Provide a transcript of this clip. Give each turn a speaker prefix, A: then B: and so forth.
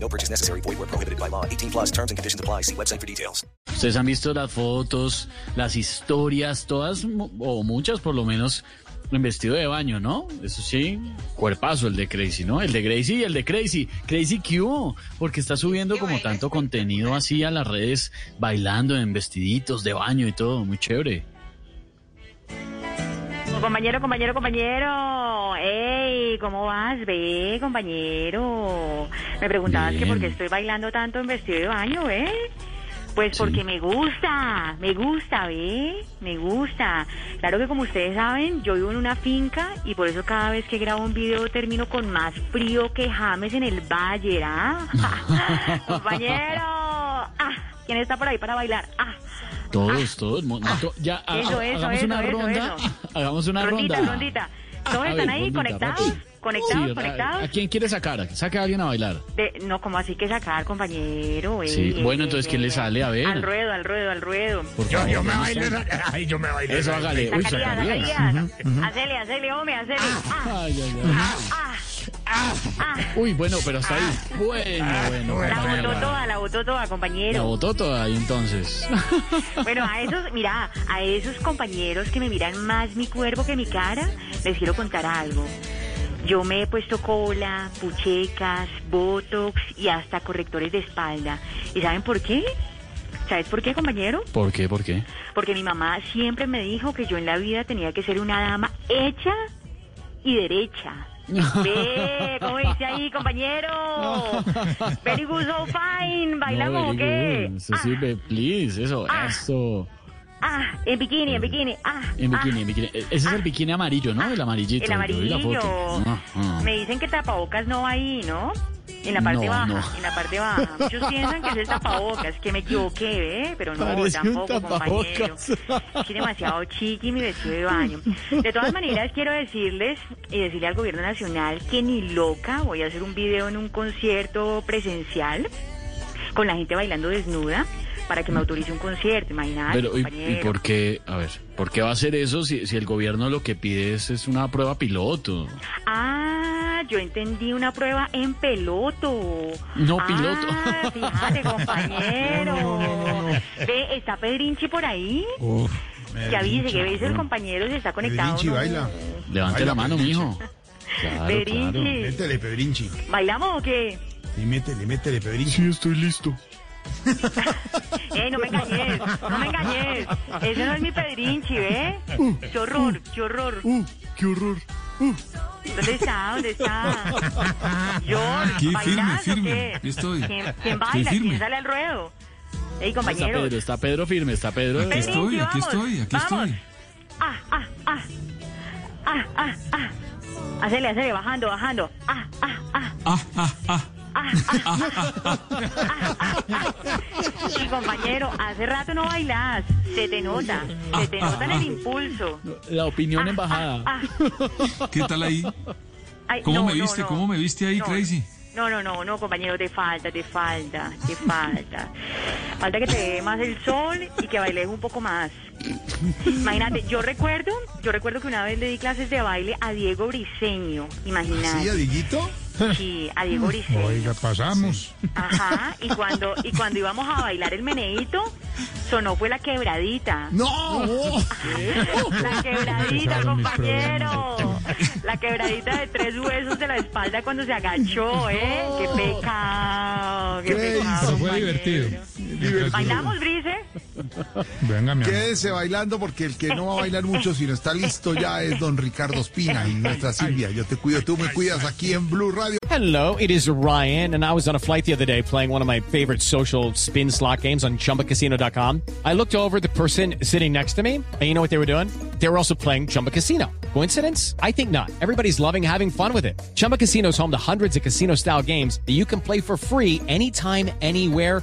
A: No purchase necessary. Void where prohibited by law. 18 plus terms and conditions apply. See website for details.
B: Ustedes han visto las fotos, las historias, todas mu- o muchas por lo menos en vestido de baño, ¿no? Eso sí, cuerpazo el de Crazy, ¿no? El de Crazy y el de Crazy. Crazy Q, porque está subiendo como tanto contenido así a las redes, bailando en vestiditos de baño y todo, muy chévere.
C: Compañero, compañero, compañero. ¡Ey! ¿Cómo vas? Ve, compañero. Me preguntabas
B: Bien.
C: que por qué estoy bailando tanto en vestido de baño, ¿eh? Pues
B: Sí.
C: porque me gusta, me gusta, ¿ve? Me gusta. Claro que como ustedes saben, yo vivo en una finca y por eso cada vez que grabo un video termino con más frío que James en el valle, ¿ah? compañero. Ah, ¿Quién está por ahí para bailar? Ah,
B: Todos, todos. mo- to- ya, ha-
C: eso, eso,
B: hagamos
C: eso,
B: una
C: eso,
B: ronda.
C: eso.
B: Hagamos una
C: rondita,
B: ronda.
C: rondita.
B: A
C: ¿Todos
B: ver,
C: están ahí
B: rondita,
C: conectados?
B: rápido.
C: ¿Conectados?
B: Sí,
C: ¿Conectados?
B: ¿A, a quién quiere sacar? Saca a alguien a bailar.
C: De- no, como así que sacar, compañero. eh,
B: Sí,
C: eh,
B: bueno,
C: eh,
B: entonces,
C: eh,
B: ¿quién le
C: eh,
B: sale? A ver.
C: Al ruedo, al ruedo, al ruedo.
B: Por favor,
D: Yo me
B: ¿dónde
D: bailé,
B: está?
D: esa- ay, yo me bailé.
B: Eso
D: esa-
B: hágale. Uy,
C: Zacarías,
B: Zacarías.
C: Zacarías. Hacele, hacele, hombre, hacele. Ah,
B: Ay, ay, ay.
C: ah,
B: Uy, bueno, pero hasta ahí. Bueno, bueno,
C: la
B: bueno.
C: botó
B: bueno.
C: toda, la botó toda,
B: La
C: compañero.
B: botó toda ahí entonces.
C: Bueno, a esos, mira, a esos compañeros que me miran más mi cuerpo que mi cara, les quiero contar algo. Yo me he puesto cola, puchecas, botox y hasta correctores de espalda. ¿Y saben por qué? ¿Sabes por qué, compañero?
B: ¿Por qué? ¿Por qué?
C: Porque mi mamá siempre me dijo que yo en la vida tenía que ser una dama hecha y derecha. Ve, ¿cómo dice ahí, compañero? Very good, so fine. ¿Baila como
B: very
C: qué?
B: good. Se
C: Ah,
B: sirve, please. Eso,
C: Ah.
B: eso.
C: ah, en bikini, en bikini. Ah,
B: En
C: ah,
B: bikini, en bikini. E- Ese es el bikini amarillo, ¿no? El amarillito.
C: El
B: Yo vi la
C: amarillo.
B: foto. Ajá.
C: Me dicen que tapabocas no va ahí, ¿no? En la parte
B: No,
C: baja,
B: no.
C: en la parte baja. Muchos piensan que es el tapabocas, que me equivoqué, ¿eh? Pero no,
B: Parece un
C: tampoco, compañero.
B: tapabocas.
C: Soy demasiado chiqui mi vestido de baño. De todas maneras, quiero decirles y decirle al gobierno nacional que ni loca voy a hacer un video en un concierto presencial con la gente bailando desnuda para que me autorice un concierto, imagínate,
B: Pero, ¿y, y
C: compañero.
B: por qué? A ver, ¿por qué va a hacer eso si, si el gobierno lo que pide es, es una prueba piloto?
C: Ah, yo entendí una prueba en peloto.
B: No,
C: Ah,
B: piloto.
C: Fíjate, compañero. Ve, está Pedrinchi por ahí. que avise, que veis el compañero se está conectado.
D: Pedrinchi
C: ¿no?
D: baila.
B: Levante
D: Baila,
B: la mano,
D: Pedrinchi.
B: mijo. Claro,
C: Pedrinchi.
B: claro.
D: Métele, Pedrinchi.
C: ¿Bailamos o qué?
D: Y métele, métele, Pedrinchi.
B: Sí, estoy listo.
C: Eh, no me engañes, no me engañes. Ese no es mi Pedrinchi, ¿ve? Qué horror, qué horror.
B: ¡Uh, qué horror!
C: ¿Dónde está? ¿Dónde está? George,
E: Aquí, firme,
C: ¿bailás o
E: firme.
C: qué?
E: Aquí estoy.
C: ¿Quién, quién
E: Estoy
C: baila?
E: firme.
C: ¿Quién sale al ruedo? Ey,
B: Está
C: compañero.
B: Pedro, está Pedro firme, está Pedro.
C: Pedro.
B: Está-
E: estoy, aquí
C: vamos,
E: estoy, aquí
C: vamos.
E: estoy.
C: ah, ah, ah, ah, ah, ah. Hacele, hacele, bajando, bajando. Ah, ah, ah.
E: Ah, ah, ah.
C: Ah, ah, ah, ah, ah, ah. Sí, compañero, hace rato no bailas. Se te nota, se te nota en el impulso.
B: La opinión en bajada.
C: Ah,
E: ¿Qué tal ahí?
C: ay,
E: ¿Cómo
C: no,
E: me
C: no,
E: viste?
C: no.
E: ¿Cómo me viste ahí,
C: No,
E: Crazy?
C: No, no, no, no, compañero, te falta, te falta, te falta. Falta que te dé más el sol y que bailes un poco más. Imagínate, yo recuerdo, yo recuerdo que una vez le di clases de baile a Diego Briseño,
D: ¿Sí,
C: imagínate.
D: Adiguito?
C: Sí, a Diego Briseño.
D: Oiga, pasamos.
C: Ajá, y cuando, y cuando íbamos a bailar el meneíto, sonó fue la quebradita.
D: ¡No! oh,
C: La quebradita,
D: Empezaron mis
C: compañero. La quebradita de tres huesos de la espalda cuando se agachó, ¿eh? ¡Qué pecado! ¡Qué
D: Grace.
C: pecado!
D: Eso
C: compañero. ¿Bailamos, Brice?
F: Venga, mi amor.
D: Quédese bailando porque el que no va a bailar mucho, si no está listo ya, es don Ricardo Espina y nuestra Silvia. Yo te cuido, tú me cuidas aquí en Blue Radio.
G: Hello, it is Ryan, and I was on a flight the other day playing one of my favorite social spin slot games on chumbacasino.com. I looked over at the person sitting next to me, and you know what they were doing? They were also playing Chumba Casino. Coincidence? I think not. Everybody's loving having fun with it. Chumba Casino is home to hundreds of casino style games that you can play for free anytime, anywhere,